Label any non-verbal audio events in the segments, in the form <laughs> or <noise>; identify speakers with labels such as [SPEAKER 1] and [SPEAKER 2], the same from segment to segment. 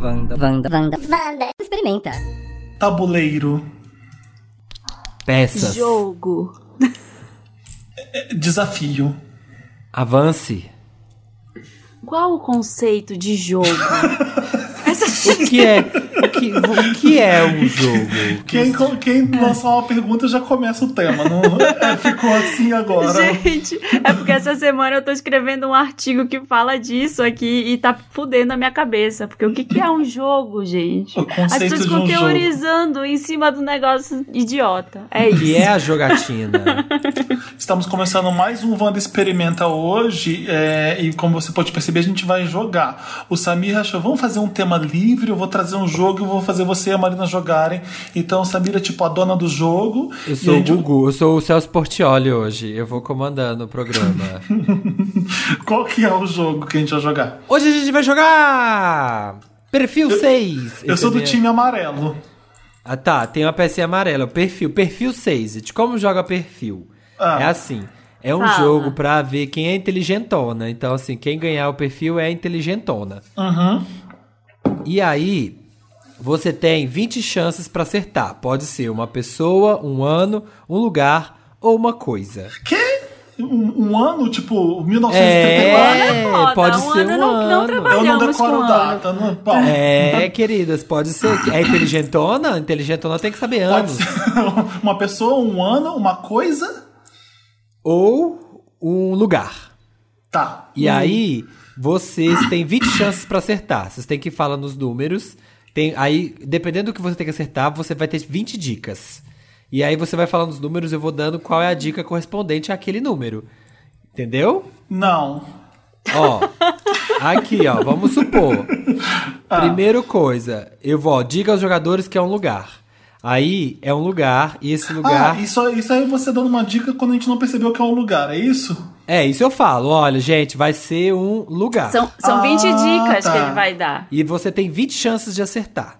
[SPEAKER 1] Wanda, Wanda, Wanda, Wanda. Experimenta.
[SPEAKER 2] Tabuleiro.
[SPEAKER 3] Peças.
[SPEAKER 4] Jogo.
[SPEAKER 2] Desafio.
[SPEAKER 3] Avance.
[SPEAKER 4] Qual o conceito de
[SPEAKER 3] <laughs>
[SPEAKER 4] jogo?
[SPEAKER 3] O que é? O que, o que é um jogo?
[SPEAKER 2] Quem, co- quem lançar uma pergunta já começa o tema. Não, <laughs> é, ficou assim agora.
[SPEAKER 5] Gente, é porque essa semana eu tô escrevendo um artigo que fala disso aqui e tá fudendo a minha cabeça. Porque o que, que é um jogo, gente?
[SPEAKER 2] o
[SPEAKER 5] As
[SPEAKER 2] conceito
[SPEAKER 5] pessoas
[SPEAKER 2] de
[SPEAKER 5] ficam
[SPEAKER 2] um jogo.
[SPEAKER 5] teorizando em cima do negócio idiota. É
[SPEAKER 3] O que
[SPEAKER 5] isso.
[SPEAKER 3] é a jogatina?
[SPEAKER 2] Estamos começando mais um Wanda Experimenta hoje. é, e como você pode perceber, a gente vai jogar. O Samir achou, vamos fazer um tema livre, eu vou trazer um jogo e vou fazer você e a Marina jogarem. Então o Samir é tipo a dona do jogo.
[SPEAKER 3] Eu
[SPEAKER 2] e tipo,
[SPEAKER 3] sou
[SPEAKER 2] a
[SPEAKER 3] o
[SPEAKER 2] gente-
[SPEAKER 3] Gugu, eu sou o Celso Portioli hoje. Eu vou comandando o programa.
[SPEAKER 2] Qual que é o jogo que a gente vai jogar?
[SPEAKER 3] Hoje a gente vai jogar! Perfil 6!
[SPEAKER 2] Eu sou do time amarelo.
[SPEAKER 3] Ah tá, tem uma pecinha amarela, o perfil. Perfil 6. De como joga perfil?
[SPEAKER 2] Ah.
[SPEAKER 3] É assim. É um
[SPEAKER 5] Fala.
[SPEAKER 3] jogo pra ver quem é inteligentona. Então, assim, quem ganhar o perfil é inteligentona.
[SPEAKER 2] Uhum.
[SPEAKER 3] E aí, você tem 20 chances pra acertar. Pode ser uma pessoa, um ano, um lugar ou uma coisa.
[SPEAKER 2] Que? Um, um ano, tipo, 1934?
[SPEAKER 3] É,
[SPEAKER 5] Um foda,
[SPEAKER 3] pode
[SPEAKER 5] um
[SPEAKER 3] ser
[SPEAKER 5] ano
[SPEAKER 3] um
[SPEAKER 5] não- não
[SPEAKER 3] ano.
[SPEAKER 5] trabalha.
[SPEAKER 2] Eu não
[SPEAKER 5] Trabalhamos com um
[SPEAKER 2] decoro
[SPEAKER 5] ano.
[SPEAKER 2] data. Não, bom, <laughs>
[SPEAKER 3] É, queridas, pode ser. que- É inteligentona? Inteligentona tem que saber
[SPEAKER 2] Pode
[SPEAKER 3] anos.
[SPEAKER 2] ser <laughs> uma pessoa, um ano, uma coisa.
[SPEAKER 3] Ou um lugar.
[SPEAKER 2] Tá.
[SPEAKER 3] E aí, vocês têm 20 chances pra acertar. Vocês têm que falar nos números. Tem, aí, dependendo do que você tem que acertar, você vai ter 20 dicas. E aí você vai falando os números, eu vou dando qual é a dica correspondente àquele número. Entendeu?
[SPEAKER 2] Não. <laughs>
[SPEAKER 3] Ó, aqui, ó, vamos supor.
[SPEAKER 2] Ah.
[SPEAKER 3] Primeira coisa, eu vou, ó, diga aos jogadores que é um lugar. Aí é um lugar e esse lugar.
[SPEAKER 2] Ah, isso, isso aí você dando uma dica quando a gente não percebeu que é um lugar, é isso?
[SPEAKER 3] É, isso eu falo. Olha, gente, vai ser um lugar.
[SPEAKER 5] São, são
[SPEAKER 2] Ah,
[SPEAKER 5] 20 dicas que
[SPEAKER 2] tá.
[SPEAKER 5] ele vai dar.
[SPEAKER 3] E você tem 20 chances de acertar.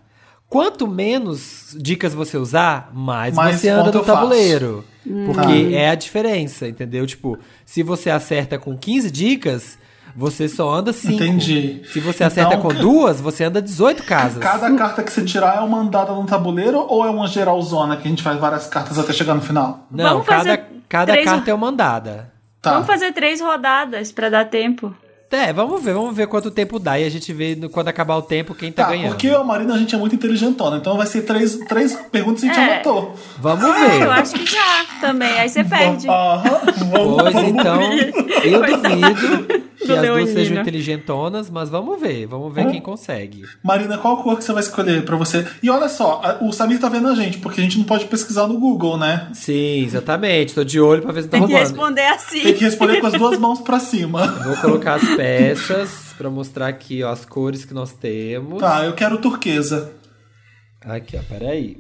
[SPEAKER 3] Quanto menos dicas você usar, mais,
[SPEAKER 2] Mais
[SPEAKER 3] você anda
[SPEAKER 2] ponto
[SPEAKER 3] no
[SPEAKER 2] eu faço.
[SPEAKER 3] tabuleiro.
[SPEAKER 5] Hum.
[SPEAKER 3] Porque
[SPEAKER 2] Tá.
[SPEAKER 3] é a diferença, entendeu? Tipo, se você acerta com 15 dicas, você só anda 5.
[SPEAKER 2] Entendi.
[SPEAKER 3] Se você acerta
[SPEAKER 2] Então,
[SPEAKER 3] com duas, você anda 18 casas.
[SPEAKER 2] Cada carta que você tirar é uma andada no tabuleiro ou é uma geralzona que a gente faz várias cartas até chegar no final?
[SPEAKER 3] Não,
[SPEAKER 5] Vamos fazer
[SPEAKER 3] cada, cada
[SPEAKER 5] três-
[SPEAKER 3] carta é uma andada.
[SPEAKER 2] Tá.
[SPEAKER 5] Vamos fazer três rodadas pra dar tempo.
[SPEAKER 3] É, vamos ver, vamos ver quanto tempo dá e a gente vê no- quando acabar o tempo quem tá,
[SPEAKER 2] Tá,
[SPEAKER 3] ganhando.
[SPEAKER 2] porque eu e a Marina a gente é muito inteligentona, então vai ser três, três perguntas que a gente
[SPEAKER 5] É.
[SPEAKER 2] anotou.
[SPEAKER 3] Vamos
[SPEAKER 5] Ah, eu
[SPEAKER 3] ver.
[SPEAKER 5] acho que já também. Aí você perde.
[SPEAKER 2] Aham, vamos,
[SPEAKER 3] Pois
[SPEAKER 2] vamos.
[SPEAKER 3] então, eu
[SPEAKER 5] <laughs>
[SPEAKER 3] duvido que
[SPEAKER 5] é. Do Hum?
[SPEAKER 3] as duas
[SPEAKER 5] Leonino.
[SPEAKER 3] sejam inteligentonas, mas vamos ver, vamos ver quem consegue.
[SPEAKER 2] Marina, qual cor que você vai escolher pra você? E olha só, a- o Samir tá vendo a gente, porque a gente não pode pesquisar no Google, né?
[SPEAKER 3] Sim, exatamente. Tô de olho pra ver se tá
[SPEAKER 5] Tem que
[SPEAKER 3] roubando.
[SPEAKER 5] responder
[SPEAKER 2] Tem
[SPEAKER 5] assim.
[SPEAKER 2] que responder com as duas mãos pra
[SPEAKER 3] <laughs>
[SPEAKER 2] cima.
[SPEAKER 3] Vou colocar as peças pra mostrar aqui ó, as cores que nós temos.
[SPEAKER 2] Tá, eu quero turquesa.
[SPEAKER 3] Aqui, ó, peraí.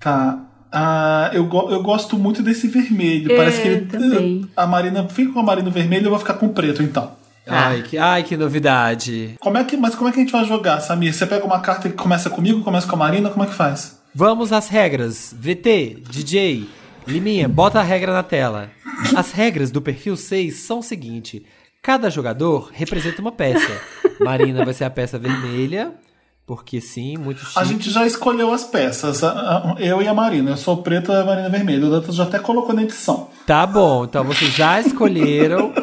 [SPEAKER 2] Tá. Ah, eu, go- eu gosto muito desse vermelho. Parece que ele-
[SPEAKER 5] também.
[SPEAKER 2] a Marina fica com a Marina vermelho, eu vou ficar com o preto, então.
[SPEAKER 5] Ah.
[SPEAKER 3] Ai, que, ai, que novidade.
[SPEAKER 2] Como é que, mas como é que a gente vai jogar, Samir? Você pega uma carta que começa comigo, começa com a Marina, como é que faz?
[SPEAKER 3] Vamos às regras. VT, DJ, Liminha, bota a regra na tela. As regras do perfil 6 são o seguinte: cada jogador representa uma peça. Marina vai ser a peça vermelha, porque sim, muito chique.
[SPEAKER 2] A gente já escolheu as peças, a- a- eu e a Marina. Eu sou preto e a Marina é vermelha. O Dantas já até colocou na edição.
[SPEAKER 3] Tá bom, então vocês já escolheram.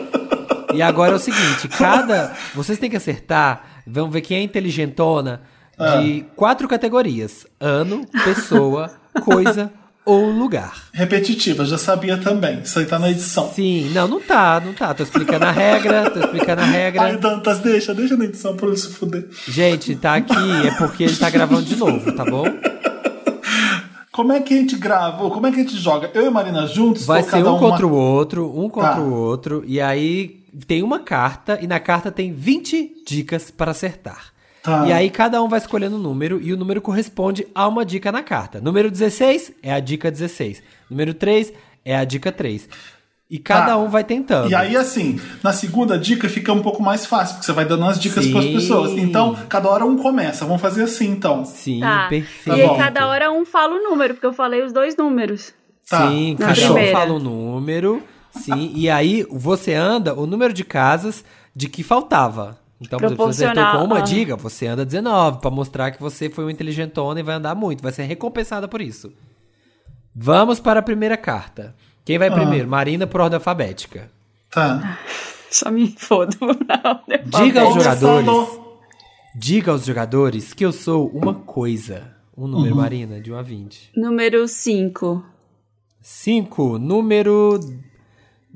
[SPEAKER 3] e agora é o seguinte: cada. Vocês têm que acertar. Vamos ver quem é inteligentona. De
[SPEAKER 2] Ah.
[SPEAKER 3] quatro categorias: ano, pessoa, coisa ou lugar.
[SPEAKER 2] Repetitiva, já sabia também. Isso aí tá na edição.
[SPEAKER 3] Sim, não, não tá, não tá. Tô explicando a regra, tô explicando a
[SPEAKER 2] Ai,
[SPEAKER 3] regra.
[SPEAKER 2] Dantas, deixa, deixa na edição pra ele se fuder.
[SPEAKER 3] Gente, tá aqui, é porque ele tá gravando de novo, tá bom?
[SPEAKER 2] Como é que a gente grava? Ou Como é que a gente joga? Eu e a Marina juntos?
[SPEAKER 3] Vai
[SPEAKER 2] ou
[SPEAKER 3] ser
[SPEAKER 2] cada
[SPEAKER 3] um
[SPEAKER 2] uma-
[SPEAKER 3] contra o outro, um contra
[SPEAKER 2] Tá.
[SPEAKER 3] o outro, e aí tem uma carta, e na carta tem 20 dicas para acertar.
[SPEAKER 2] Tá.
[SPEAKER 3] E aí cada um vai escolhendo um número, e o número corresponde a uma dica na carta. Número 16 é a dica 16. Número 3 é a dica 3. E cada
[SPEAKER 2] Tá.
[SPEAKER 3] um vai tentando.
[SPEAKER 2] E aí, assim, na segunda dica fica um pouco mais fácil, porque você vai dando as dicas
[SPEAKER 3] Sim.
[SPEAKER 2] pras pessoas. Então, cada hora um começa. Vamos fazer assim, então.
[SPEAKER 3] Sim,
[SPEAKER 5] Tá.
[SPEAKER 3] perfeito.
[SPEAKER 5] E aí
[SPEAKER 2] bom.
[SPEAKER 5] cada hora um fala o número, porque eu falei os dois números.
[SPEAKER 2] Tá,
[SPEAKER 3] Sim,
[SPEAKER 5] na
[SPEAKER 3] cada um
[SPEAKER 5] primeira.
[SPEAKER 3] fala um número. Sim, e aí você anda o número de casas de que faltava. Então, por exemplo, se você acertou com
[SPEAKER 5] Proporcional,
[SPEAKER 3] uma
[SPEAKER 5] ah.
[SPEAKER 3] dica, você anda 19, pra mostrar que você foi um inteligentona e vai andar muito. Vai ser recompensada por isso. Vamos para a primeira carta. Quem vai
[SPEAKER 2] Ah.
[SPEAKER 3] primeiro? Marina, por ordem alfabética.
[SPEAKER 2] Tá.
[SPEAKER 5] Só me foda. <laughs> Não, depois-
[SPEAKER 3] Diga aos
[SPEAKER 2] Você
[SPEAKER 3] jogadores.
[SPEAKER 2] falou.
[SPEAKER 3] Diga aos jogadores que eu sou uma coisa. Um número,
[SPEAKER 5] Uhum.
[SPEAKER 3] Marina, de 1 a 20.
[SPEAKER 5] Número 5.
[SPEAKER 3] 5. Número.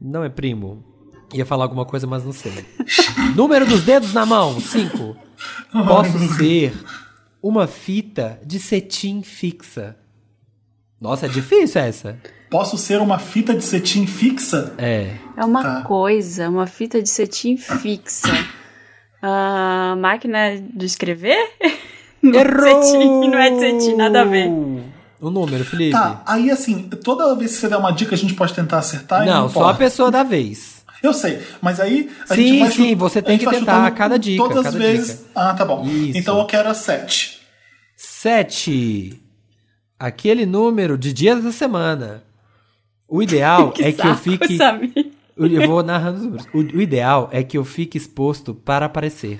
[SPEAKER 3] Não é primo. Ia falar alguma coisa, mas não
[SPEAKER 5] <laughs>
[SPEAKER 3] sei. número dos dedos na mão. 5. Posso ser uma fita de cetim fixa. Nossa, é difícil essa.
[SPEAKER 2] Posso ser uma fita de cetim fixa?
[SPEAKER 3] É.
[SPEAKER 5] É uma
[SPEAKER 2] Tá.
[SPEAKER 5] coisa, uma fita de cetim fixa. Ah, máquina de escrever? <laughs> Não é
[SPEAKER 3] Errou!
[SPEAKER 5] cetim, não é de cetim, nada a ver.
[SPEAKER 3] O número, Felipe?
[SPEAKER 2] Tá, aí assim, toda vez que você der uma dica, a gente pode tentar acertar? e
[SPEAKER 3] não, só a
[SPEAKER 2] importa.
[SPEAKER 3] pessoa da vez.
[SPEAKER 2] Eu sei, mas aí a
[SPEAKER 3] Sim,
[SPEAKER 2] gente vai
[SPEAKER 3] sim,
[SPEAKER 2] chu-
[SPEAKER 3] você
[SPEAKER 2] a
[SPEAKER 3] tem
[SPEAKER 2] gente
[SPEAKER 3] que
[SPEAKER 2] vai
[SPEAKER 3] tentar
[SPEAKER 2] chutando
[SPEAKER 3] cada dica,
[SPEAKER 2] Todas as
[SPEAKER 3] cada
[SPEAKER 2] vezes.
[SPEAKER 3] dica.
[SPEAKER 2] Ah, tá bom.
[SPEAKER 3] Isso.
[SPEAKER 2] Então eu quero a 7.
[SPEAKER 3] 7. Aquele número de dias da semana. O
[SPEAKER 5] <laughs>
[SPEAKER 3] ideal é que eu
[SPEAKER 5] saco,
[SPEAKER 3] fique.
[SPEAKER 5] sabe?
[SPEAKER 3] Eu vou narrando os números. O, o ideal é que eu fique exposto para aparecer.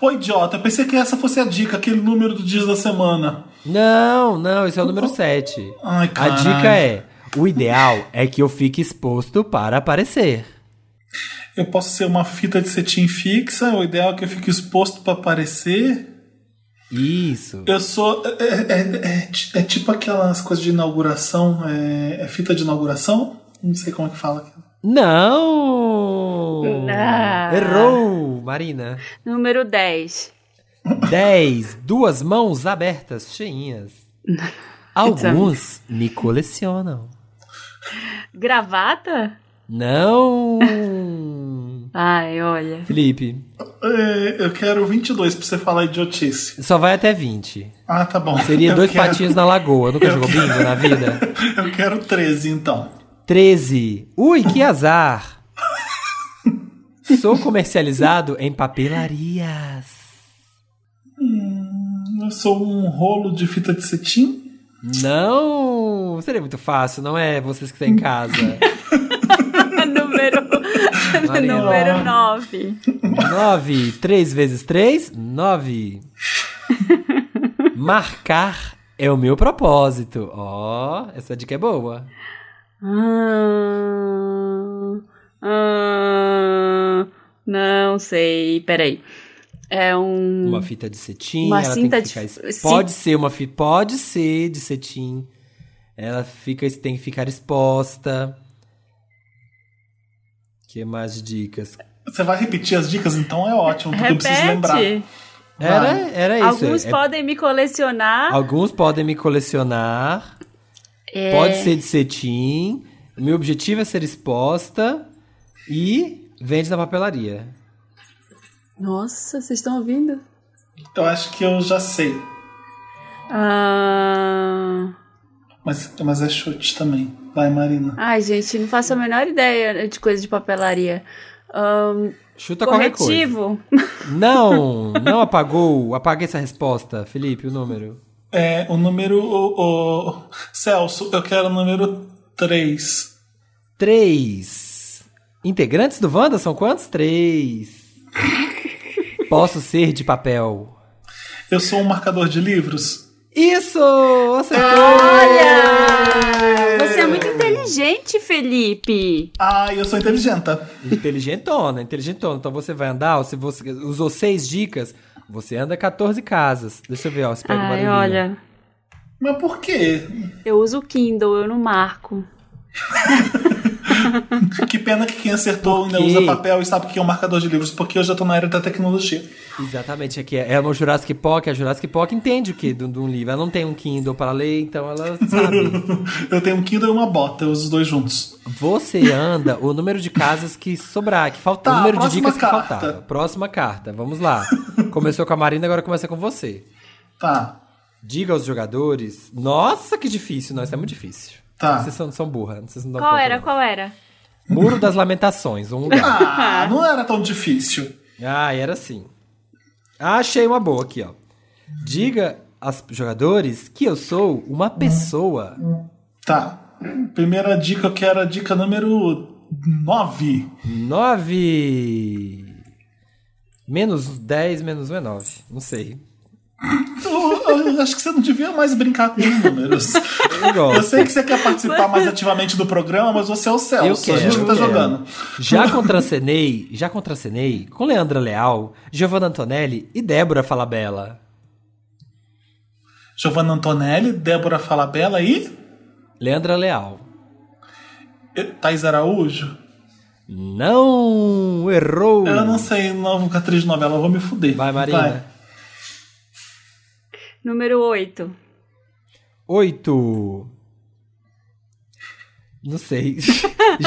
[SPEAKER 2] Ô idiota, eu pensei que essa fosse a dica, aquele número do dias da semana.
[SPEAKER 3] Não, não, esse é o número 7.
[SPEAKER 2] Ai,
[SPEAKER 3] A
[SPEAKER 2] caralho.
[SPEAKER 3] dica é: o ideal é que eu fique exposto para aparecer.
[SPEAKER 2] Eu posso ser uma fita de cetim fixa, o ideal é que eu fique exposto pra aparecer.
[SPEAKER 3] Isso.
[SPEAKER 2] Eu sou. É, é- é- é ti- é tipo aquelas coisas de inauguração. É, é fita de inauguração? Não sei como é que fala.
[SPEAKER 3] Não!
[SPEAKER 5] Ah.
[SPEAKER 3] Errou, Marina.
[SPEAKER 5] Número 10.
[SPEAKER 3] 10. Duas mãos abertas, cheinhas. Alguns me colecionam.
[SPEAKER 5] Gravata?
[SPEAKER 3] Não!
[SPEAKER 5] Ai, olha. <laughs>
[SPEAKER 3] Felipe,
[SPEAKER 2] É, eu quero 22 pra você falar idiotice.
[SPEAKER 3] só vai até 20.
[SPEAKER 2] Ah, tá bom.
[SPEAKER 3] Seria
[SPEAKER 2] Eu
[SPEAKER 3] dois
[SPEAKER 2] quero-
[SPEAKER 3] patinhos na lagoa. Nunca jogou bingo na vida?
[SPEAKER 2] <laughs> Eu quero 13, então.
[SPEAKER 3] 13. Ui, que azar! Sou comercializado em papelarias.
[SPEAKER 2] Eu sou um rolo de fita de cetim?
[SPEAKER 3] Não! Seria muito fácil, não é? Vocês que estão em casa.
[SPEAKER 5] número
[SPEAKER 3] Marina.
[SPEAKER 5] número 9.
[SPEAKER 3] 9. 3 vezes 3, 9. Marcar é o meu propósito. Ó, essa dica é boa.
[SPEAKER 5] Ah, não sei, peraí. É um.
[SPEAKER 3] Uma fita de cetim,
[SPEAKER 5] Uma
[SPEAKER 3] ela
[SPEAKER 5] cinta
[SPEAKER 3] tem que
[SPEAKER 5] de
[SPEAKER 3] ficar...
[SPEAKER 5] f-
[SPEAKER 3] es-
[SPEAKER 5] cin-
[SPEAKER 3] Pode ser uma fita... Pode ser de cetim. Ela fica, tem que ficar exposta. Que mais de dicas?
[SPEAKER 2] Você vai repetir as dicas, então é ótimo, porque eu preciso lembrar.
[SPEAKER 5] Repete.
[SPEAKER 3] Era, era isso.
[SPEAKER 5] Alguns
[SPEAKER 3] é-
[SPEAKER 5] podem me colecionar.
[SPEAKER 3] Alguns podem me colecionar.
[SPEAKER 5] É,
[SPEAKER 3] Pode ser de cetim. Meu objetivo é ser exposta. E vende na papelaria.
[SPEAKER 5] Nossa, vocês estão ouvindo?
[SPEAKER 2] Eu acho que eu já sei,
[SPEAKER 5] Ah,
[SPEAKER 2] mas, mas é chute também. Vai, Marina.
[SPEAKER 5] Ai, gente, não faço a menor ideia de coisa de papelaria. Ahn,
[SPEAKER 3] Chuta qualquer
[SPEAKER 5] corretivo.
[SPEAKER 3] coisa.
[SPEAKER 5] <laughs>
[SPEAKER 3] Não, não apagou. Apaga essa resposta, Felipe, o número.
[SPEAKER 2] É, o número. O, o- Celso, eu quero o número 3.
[SPEAKER 3] Três. Integrantes do Wanda são quantos? Três. Posso ser de papel.
[SPEAKER 2] Eu sou um marcador de livros?
[SPEAKER 3] Isso! Acertou!
[SPEAKER 5] Você é muito inteligente, Felipe.
[SPEAKER 2] Ah, eu sou inteligenta.
[SPEAKER 3] Inteligentona, inteligentona. Então você vai andar, ó, se você usou seis dicas, você anda 14 casas. Deixa eu ver, ó, se pega o
[SPEAKER 5] Ai,
[SPEAKER 3] barulhinho.
[SPEAKER 5] olha.
[SPEAKER 2] Mas por quê?
[SPEAKER 5] Eu uso o Kindle, eu não marco.
[SPEAKER 2] Que pena que quem acertou ainda
[SPEAKER 3] quê?
[SPEAKER 2] usa papel e sabe o que é um marcador de livros, porque eu já tô na era da tecnologia.
[SPEAKER 3] Exatamente, aqui é, é no Jurassic Park, a Jurassic Park entende o que de um de um livro. Ela não tem um Kindle para ler, então ela sabe.
[SPEAKER 2] Eu tenho um Kindle e uma bota, eu uso os dois juntos.
[SPEAKER 3] Você anda o número de casas que sobrar, que faltar,
[SPEAKER 2] Tá,
[SPEAKER 3] o número de
[SPEAKER 2] próxima
[SPEAKER 3] dicas que
[SPEAKER 2] carta.
[SPEAKER 3] faltava. Próxima carta, vamos lá. Começou com a Marina, agora começa com você.
[SPEAKER 2] Tá,
[SPEAKER 3] Diga aos jogadores. Nossa, que difícil, não, isso é muito difícil.
[SPEAKER 2] tá.
[SPEAKER 3] Vocês são, são burra, vocês não dão
[SPEAKER 5] Qual
[SPEAKER 3] conta,
[SPEAKER 5] era?
[SPEAKER 3] não.
[SPEAKER 5] Qual era?
[SPEAKER 3] Muro das Lamentações, um lugar.
[SPEAKER 2] Ah, não era tão difícil.
[SPEAKER 3] Ah, era assim. Ah, achei uma boa aqui, ó. Diga aos jogadores que eu sou uma pessoa.
[SPEAKER 2] Tá. Primeira dica que era a dica número 9.
[SPEAKER 3] Nove. Menos 10, menos 1 é 9. Não sei.
[SPEAKER 2] Eu, eu acho que você não devia mais brincar com os números.
[SPEAKER 3] Eu gosto.
[SPEAKER 2] Eu sei que você quer participar mais ativamente do programa, mas você é o Celso.
[SPEAKER 3] Eu quero,
[SPEAKER 2] a gente não tá
[SPEAKER 3] eu quero.
[SPEAKER 2] jogando.
[SPEAKER 3] Já contracenei, já contracenei com Leandra Leal, Giovanna Antonelli e Débora Falabella.
[SPEAKER 2] Giovanna Antonelli, Débora Falabella e
[SPEAKER 3] Leandra Leal.
[SPEAKER 2] eh, Thais Araújo.
[SPEAKER 3] Não, errou.
[SPEAKER 2] Eu não sei, não, atriz de novela, eu vou me fuder.
[SPEAKER 3] Vai, Marina.
[SPEAKER 5] Número 8.
[SPEAKER 3] Oito. Não sei.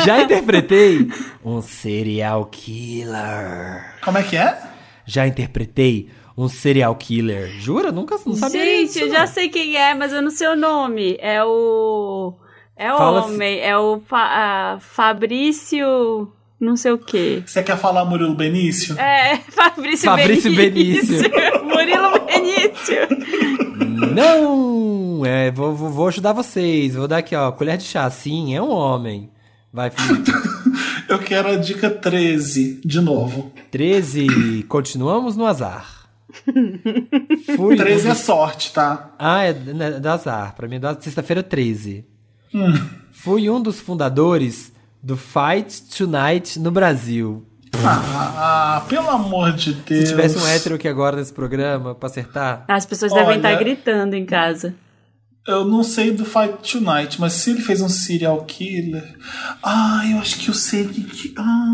[SPEAKER 3] Já interpretei um serial killer.
[SPEAKER 2] Como é que é?
[SPEAKER 3] Já interpretei um serial killer. Jura? Nunca não sabia
[SPEAKER 5] Gente,
[SPEAKER 3] disso,
[SPEAKER 5] eu
[SPEAKER 3] não.
[SPEAKER 5] já sei quem é, mas eu não sei o nome. É o. É o
[SPEAKER 3] Fala se-
[SPEAKER 5] homem, é o Fa- ah, Fabrício. Não sei o quê.
[SPEAKER 2] Você quer falar Murilo Benício?
[SPEAKER 5] É, <laughs> Fabrício,
[SPEAKER 3] Fabrício
[SPEAKER 5] Benício. <laughs> Murilo Benício.
[SPEAKER 3] Não! É, vou, vou, vou ajudar vocês. Vou dar aqui, ó, colher de chá. Sim, é um homem. Vai, Felipe.
[SPEAKER 2] Eu quero a dica 13, de novo.
[SPEAKER 3] 13. Continuamos no azar. Fui.
[SPEAKER 2] 13 é sorte, tá?
[SPEAKER 3] Ah, é d- né, do azar. Pra mim é do azar. Sexta-feira 13. Fui um dos fundadores do Fight Tonight no Brasil.
[SPEAKER 2] Ah, pelo amor de Deus.
[SPEAKER 3] Se tivesse um hétero aqui agora nesse programa pra acertar.
[SPEAKER 5] As pessoas
[SPEAKER 2] Olha-
[SPEAKER 5] devem estar gritando em casa.
[SPEAKER 2] Eu não sei do Fight Tonight, mas se ele fez um serial killer. Ah, eu acho que eu sei que. que- Ah.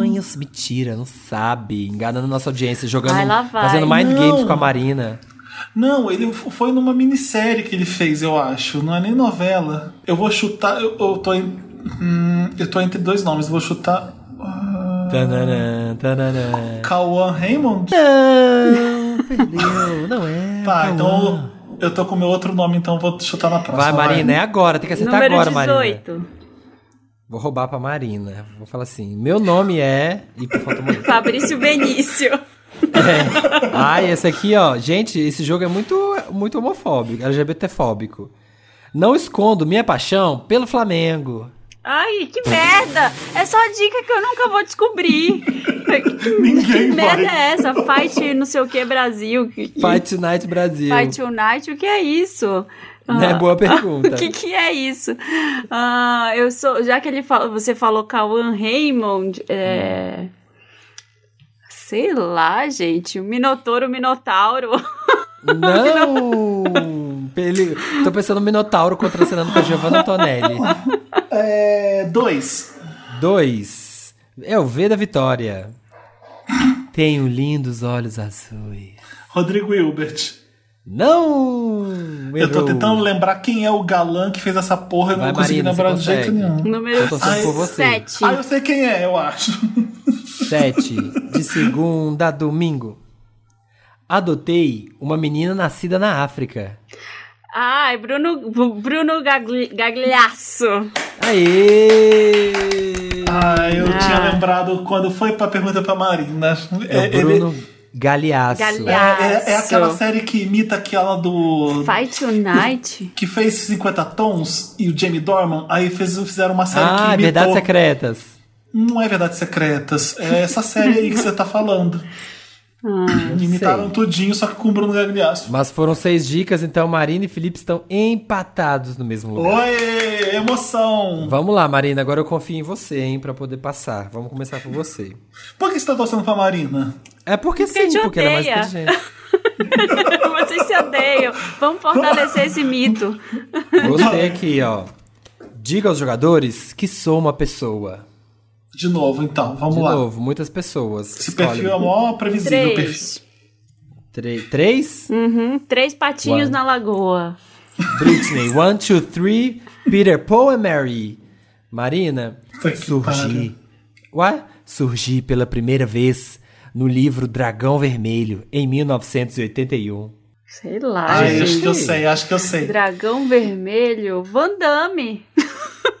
[SPEAKER 3] Ai, isso, mentira, não sabe. Enganando nossa audiência, jogando.
[SPEAKER 5] Ai, lá vai.
[SPEAKER 3] Fazendo mind games
[SPEAKER 2] Não.
[SPEAKER 3] com a Marina.
[SPEAKER 2] Não, ele f- foi numa minissérie que ele fez, eu acho. Não é nem novela. Eu vou chutar. Eu, eu tô. Em, hum, eu tô entre dois nomes. Vou chutar. ah,
[SPEAKER 3] Tananã, tananã.
[SPEAKER 2] Cauã Raymond?
[SPEAKER 3] Não, perdeu, não é.
[SPEAKER 2] Tá,
[SPEAKER 3] calma.
[SPEAKER 2] então eu eu tô com meu outro nome, então eu vou chutar na próxima.
[SPEAKER 3] Vai, Marina, é agora, tem que acertar
[SPEAKER 5] Número
[SPEAKER 3] agora, Marina.
[SPEAKER 5] 18.
[SPEAKER 3] Vou roubar pra Marina. Vou falar assim: meu nome é. E por falta
[SPEAKER 2] <laughs>
[SPEAKER 3] uma letra.
[SPEAKER 5] Fabrício Benício.
[SPEAKER 3] É. Ah, esse aqui, ó. Gente, esse jogo é muito, muito homofóbico, LGBTfóbico. Não escondo minha paixão pelo Flamengo.
[SPEAKER 5] Ai, que merda! É só dica que eu nunca vou
[SPEAKER 3] <laughs>
[SPEAKER 5] descobrir. Que
[SPEAKER 2] Ninguém
[SPEAKER 5] merda
[SPEAKER 2] vai.
[SPEAKER 5] é essa? Fight não sei o que Brasil. Que- que-
[SPEAKER 3] Fight Night Brasil.
[SPEAKER 5] Fight <laughs> Unite, o que é isso?
[SPEAKER 3] Não é
[SPEAKER 5] Ah, <laughs>
[SPEAKER 3] boa pergunta.
[SPEAKER 5] O que, que é isso? Ah, eu sou. Já que ele fala, você falou Cauan Raymond, é. Sei lá, gente. O Minotouro, o Minotauro. <laughs>
[SPEAKER 3] Não! Ele... Tô pensando no Minotauro contracenando com a Giovanna Antonelli.
[SPEAKER 2] É. Dois.
[SPEAKER 3] Dois. É o V da Vitória. Tenho lindos olhos azuis.
[SPEAKER 2] Rodrigo Hilbert.
[SPEAKER 3] Não!
[SPEAKER 2] Eu tô
[SPEAKER 3] Errou.
[SPEAKER 2] tentando lembrar quem é o galã que fez essa porra e não
[SPEAKER 3] Vai,
[SPEAKER 2] consegui
[SPEAKER 3] Marina,
[SPEAKER 2] lembrar de
[SPEAKER 3] você
[SPEAKER 2] jeito
[SPEAKER 3] consegue.
[SPEAKER 2] nenhum.
[SPEAKER 5] Número
[SPEAKER 3] Tô torcendo por você.
[SPEAKER 5] 7.
[SPEAKER 2] Ah, eu sei quem é,
[SPEAKER 5] <laughs>
[SPEAKER 2] eu acho.
[SPEAKER 3] Sete. De segunda a domingo. Adotei uma menina nascida na África.
[SPEAKER 5] Ai, Bruno, Bruno Gagli- Gagliasso.
[SPEAKER 3] Aê! É
[SPEAKER 2] Ah, eu
[SPEAKER 5] Ah.
[SPEAKER 2] tinha lembrado quando foi pra pergunta pra Marina.
[SPEAKER 3] É o Bruno Galeaço.
[SPEAKER 2] é,
[SPEAKER 5] Galeaço.
[SPEAKER 2] é- é aquela série que imita aquela do.
[SPEAKER 5] Fight Unite?
[SPEAKER 2] Que fez 50 tons e o Jamie Dorman, aí fez, fizeram uma série que
[SPEAKER 3] Ah,
[SPEAKER 2] imitou.
[SPEAKER 3] Verdades Secretas.
[SPEAKER 2] Não é Verdades Secretas. É essa série aí que você tá
[SPEAKER 5] <laughs>
[SPEAKER 2] falando.
[SPEAKER 5] Ah,
[SPEAKER 2] Imitaram
[SPEAKER 3] sei.
[SPEAKER 2] tudinho, só que com o Bruno Gagliasso.
[SPEAKER 3] Mas foram seis dicas, então Marina e Felipe estão empatados no mesmo lugar.
[SPEAKER 2] Oi, emoção!
[SPEAKER 3] Vamos lá, Marina, agora eu confio em você, hein, pra poder passar. Vamos começar por você.
[SPEAKER 2] Por que você tá torcendo pra Marina?
[SPEAKER 3] É porque
[SPEAKER 5] Porque
[SPEAKER 3] sim,
[SPEAKER 5] te
[SPEAKER 3] porque ela é mais
[SPEAKER 5] odeia. <laughs>
[SPEAKER 3] inteligente.
[SPEAKER 5] <laughs> Vocês se odeiam. Vamos fortalecer esse mito.
[SPEAKER 3] Gostei aqui, ó. Diga aos jogadores que sou uma pessoa.
[SPEAKER 2] De novo, então, vamos
[SPEAKER 3] De
[SPEAKER 2] lá.
[SPEAKER 3] novo, muitas pessoas.
[SPEAKER 2] Esse
[SPEAKER 3] Escolhe.
[SPEAKER 2] perfil é o maior previsível perfil.
[SPEAKER 5] Três.
[SPEAKER 3] Tre-
[SPEAKER 5] <laughs>
[SPEAKER 3] Três?
[SPEAKER 5] Uhum, Três patinhos
[SPEAKER 3] Uau.
[SPEAKER 5] na lagoa.
[SPEAKER 3] Britney. One, two, three. Peter, Paul and Mary. Marina,
[SPEAKER 2] Puta que
[SPEAKER 3] surgi. Ué? Surgi pela primeira vez no livro Dragão Vermelho, em 1981.
[SPEAKER 5] Sei lá,
[SPEAKER 2] Ah,
[SPEAKER 3] Ai,
[SPEAKER 5] gente.
[SPEAKER 2] acho que eu sei, acho que eu sei.
[SPEAKER 5] Dragão vermelho,
[SPEAKER 3] <laughs>
[SPEAKER 5] Van Damme.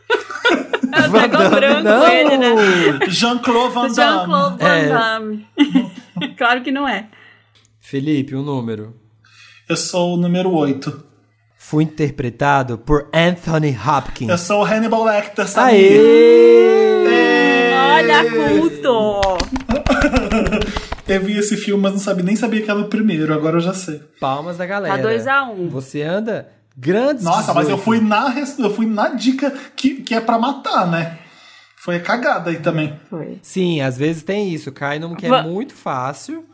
[SPEAKER 5] é o
[SPEAKER 3] Van
[SPEAKER 5] dragão
[SPEAKER 3] Damme,
[SPEAKER 5] branco ele, né?
[SPEAKER 2] Jean-Claude Van Damme.
[SPEAKER 5] Jean-Claude Van
[SPEAKER 3] É.
[SPEAKER 5] Damme. <laughs> claro que não é.
[SPEAKER 3] Felipe, um número.
[SPEAKER 2] Eu sou o número 8.
[SPEAKER 3] Fui interpretado por Anthony
[SPEAKER 2] Eu
[SPEAKER 3] Hopkins.
[SPEAKER 2] sou o Hannibal Lecter, sabe?
[SPEAKER 3] Aê!
[SPEAKER 5] Olha, culto!
[SPEAKER 2] <laughs> Eu vi esse filme, mas não sabia, nem sabia que era o primeiro, agora eu já sei.
[SPEAKER 3] Palmas da galera.
[SPEAKER 5] Tá 2x1.
[SPEAKER 3] Você anda grandes.
[SPEAKER 2] Nossa, mas eu
[SPEAKER 3] 18.
[SPEAKER 2] fui na, res- eu fui na dica que, que é pra matar, né? Foi a cagada aí também.
[SPEAKER 5] Foi.
[SPEAKER 3] Sim, às vezes tem isso. Cai num que é
[SPEAKER 5] Va-
[SPEAKER 3] muito fácil.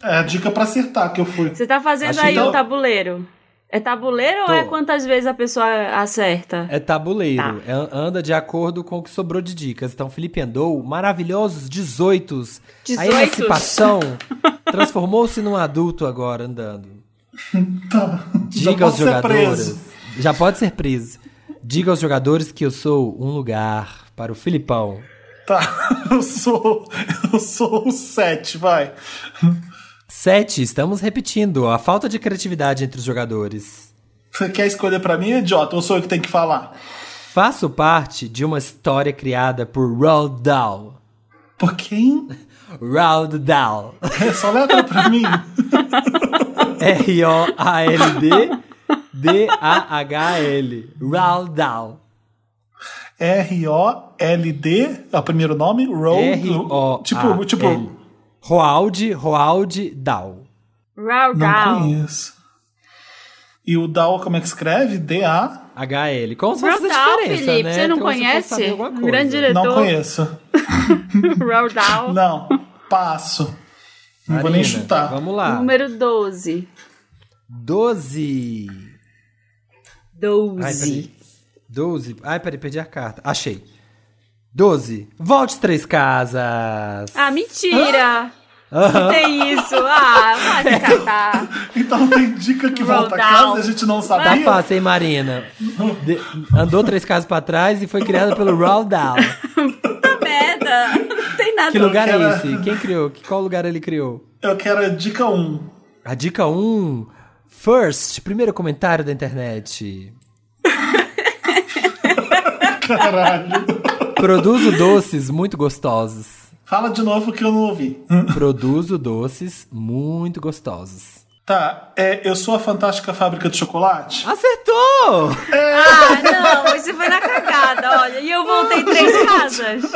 [SPEAKER 2] É a dica pra acertar que eu fui.
[SPEAKER 5] Você tá fazendo
[SPEAKER 3] Acho
[SPEAKER 5] aí
[SPEAKER 2] que-
[SPEAKER 5] o tabuleiro. É tabuleiro
[SPEAKER 3] Tô.
[SPEAKER 5] ou é quantas vezes a pessoa acerta?
[SPEAKER 3] É
[SPEAKER 5] Tá.
[SPEAKER 3] tabuleiro. É- anda de acordo com o que sobrou de dicas. Então, Felipe andou maravilhosos 18. A
[SPEAKER 5] 18. <laughs>
[SPEAKER 3] emancipação transformou-se num adulto agora andando.
[SPEAKER 2] Tá. Já
[SPEAKER 3] Diga
[SPEAKER 2] posso
[SPEAKER 3] aos
[SPEAKER 2] ser
[SPEAKER 3] jogadores.
[SPEAKER 2] preso.
[SPEAKER 3] Já pode ser preso. Diga aos jogadores que eu sou um lugar para o Filipão.
[SPEAKER 2] Tá, <laughs> eu sou. Eu sou o 7, vai.
[SPEAKER 3] 7. Estamos repetindo. A falta de criatividade entre os jogadores.
[SPEAKER 2] Você quer escolher pra mim, idiota? Ou sou eu que tenho que falar?
[SPEAKER 3] Faço parte de uma história criada por Roald Dahl.
[SPEAKER 2] Por quem?
[SPEAKER 3] Roald <laughs> Dahl.
[SPEAKER 2] É <laughs> só letra pra mim.
[SPEAKER 3] R-O-A-L-D-D-A-H-L. Roald Dahl.
[SPEAKER 2] R-O-L-D, é o primeiro nome? Road.
[SPEAKER 3] R-O-A-L.
[SPEAKER 2] Tipo, tipo.
[SPEAKER 3] Roald, Roald Dahl.
[SPEAKER 5] Round
[SPEAKER 2] Não
[SPEAKER 5] down.
[SPEAKER 2] conheço. E o Dal, como é que escreve? D-A?
[SPEAKER 3] H-L. Como se fosse
[SPEAKER 5] Roald
[SPEAKER 3] essa
[SPEAKER 5] Dahl,
[SPEAKER 3] diferença,
[SPEAKER 5] Felipe,
[SPEAKER 3] né?
[SPEAKER 5] você não
[SPEAKER 3] Como se fosse
[SPEAKER 5] conhece?
[SPEAKER 3] saber alguma
[SPEAKER 5] Um
[SPEAKER 3] coisa.
[SPEAKER 5] grande dire-
[SPEAKER 2] Não
[SPEAKER 5] Tô-
[SPEAKER 2] conheço.
[SPEAKER 5] <laughs> Round down.
[SPEAKER 2] Não, passo. Não
[SPEAKER 3] Marina,
[SPEAKER 2] vou nem chutar.
[SPEAKER 3] Vamos lá.
[SPEAKER 5] Número 12.
[SPEAKER 3] 12.
[SPEAKER 5] 12.
[SPEAKER 3] Ai, peraí. 12. Ai, peraí, perdi a carta. Achei. 12. Volte três casas.
[SPEAKER 5] Ah, mentira!
[SPEAKER 3] Aham.
[SPEAKER 5] Não tem isso! Ah,
[SPEAKER 3] <laughs>
[SPEAKER 5] vai
[SPEAKER 3] É.
[SPEAKER 5] se catar!
[SPEAKER 2] Então tem dica que
[SPEAKER 5] Roll
[SPEAKER 2] volta a
[SPEAKER 5] down.
[SPEAKER 2] casa e a gente
[SPEAKER 3] Tá
[SPEAKER 2] não sabia?
[SPEAKER 3] fácil, hein, Marina? De- Andou três casas pra trás e foi criada pelo Roald Dahl.
[SPEAKER 5] Puta Tá merda! Não tem nada
[SPEAKER 3] Que lugar
[SPEAKER 2] quero-
[SPEAKER 3] é esse? Quem criou? Que- Qual lugar ele criou?
[SPEAKER 2] Eu quero a dica 1.
[SPEAKER 3] A dica 1. First, primeiro comentário da internet.
[SPEAKER 2] Caralho. <laughs>
[SPEAKER 3] Produzo doces muito gostosos.
[SPEAKER 2] Fala de novo que eu não ouvi. Hum.
[SPEAKER 3] Produzo doces muito gostosos.
[SPEAKER 2] Tá, é, eu sou a fantástica fábrica de chocolate?
[SPEAKER 3] Acertou!
[SPEAKER 5] Ah, não, isso foi na cagada, olha. E eu voltei três casas.